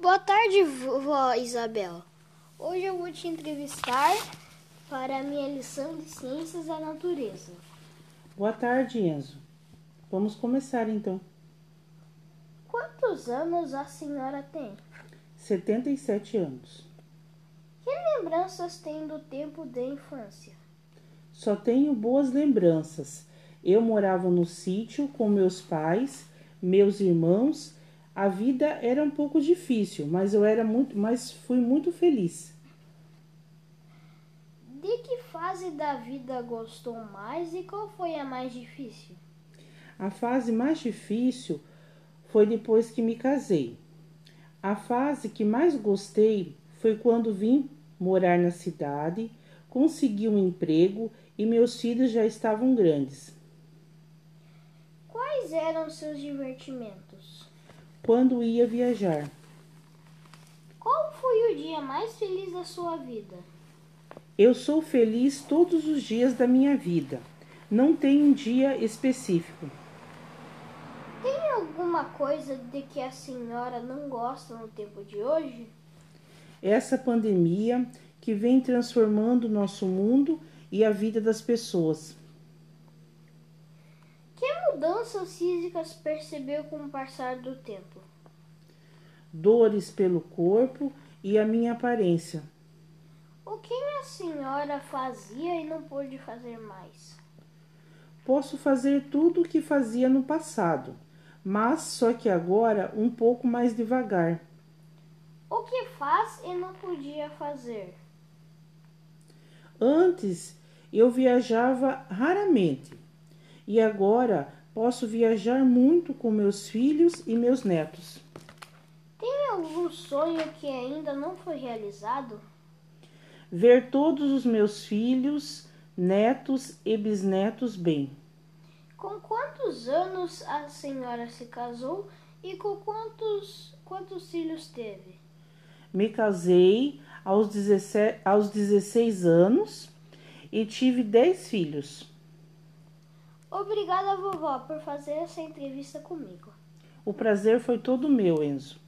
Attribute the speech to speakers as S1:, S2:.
S1: Boa tarde, vó Isabel. Hoje eu vou te entrevistar para a minha lição de Ciências da Natureza.
S2: Boa tarde, Enzo. Vamos começar então.
S1: Quantos anos a senhora tem?
S2: 77 anos.
S1: Que lembranças tem do tempo da infância?
S2: Só tenho boas lembranças. Eu morava no sítio com meus pais, meus irmãos. A vida era um pouco difícil, mas eu era muito, mas fui muito feliz.
S1: De que fase da vida gostou mais e qual foi a mais difícil?
S2: A fase mais difícil foi depois que me casei. A fase que mais gostei foi quando vim morar na cidade, consegui um emprego e meus filhos já estavam grandes.
S1: Quais eram seus divertimentos?
S2: Quando ia viajar,
S1: Qual foi o dia mais feliz da sua vida?
S2: eu sou feliz todos os dias da minha vida. Não tem um dia específico.
S1: Tem alguma coisa de que a senhora não gosta no tempo de hoje?
S2: Essa pandemia que vem transformando nosso mundo e a vida das pessoas.
S1: Que mudanças físicas percebeu com o passar do tempo?
S2: dores pelo corpo e a minha aparência.
S1: O que a senhora fazia e não pôde fazer mais?
S2: Posso fazer tudo o que fazia no passado, mas só que agora um pouco mais devagar.
S1: O que faz e não podia fazer?
S2: Antes eu viajava raramente e agora posso viajar muito com meus filhos e meus netos.
S1: Tem algum sonho que ainda não foi realizado?
S2: Ver todos os meus filhos, netos e bisnetos bem.
S1: Com quantos anos a senhora se casou e com quantos, quantos filhos teve?
S2: Me casei aos 16, aos 16 anos e tive 10 filhos.
S1: Obrigada, vovó, por fazer essa entrevista comigo.
S2: O prazer foi todo meu, Enzo.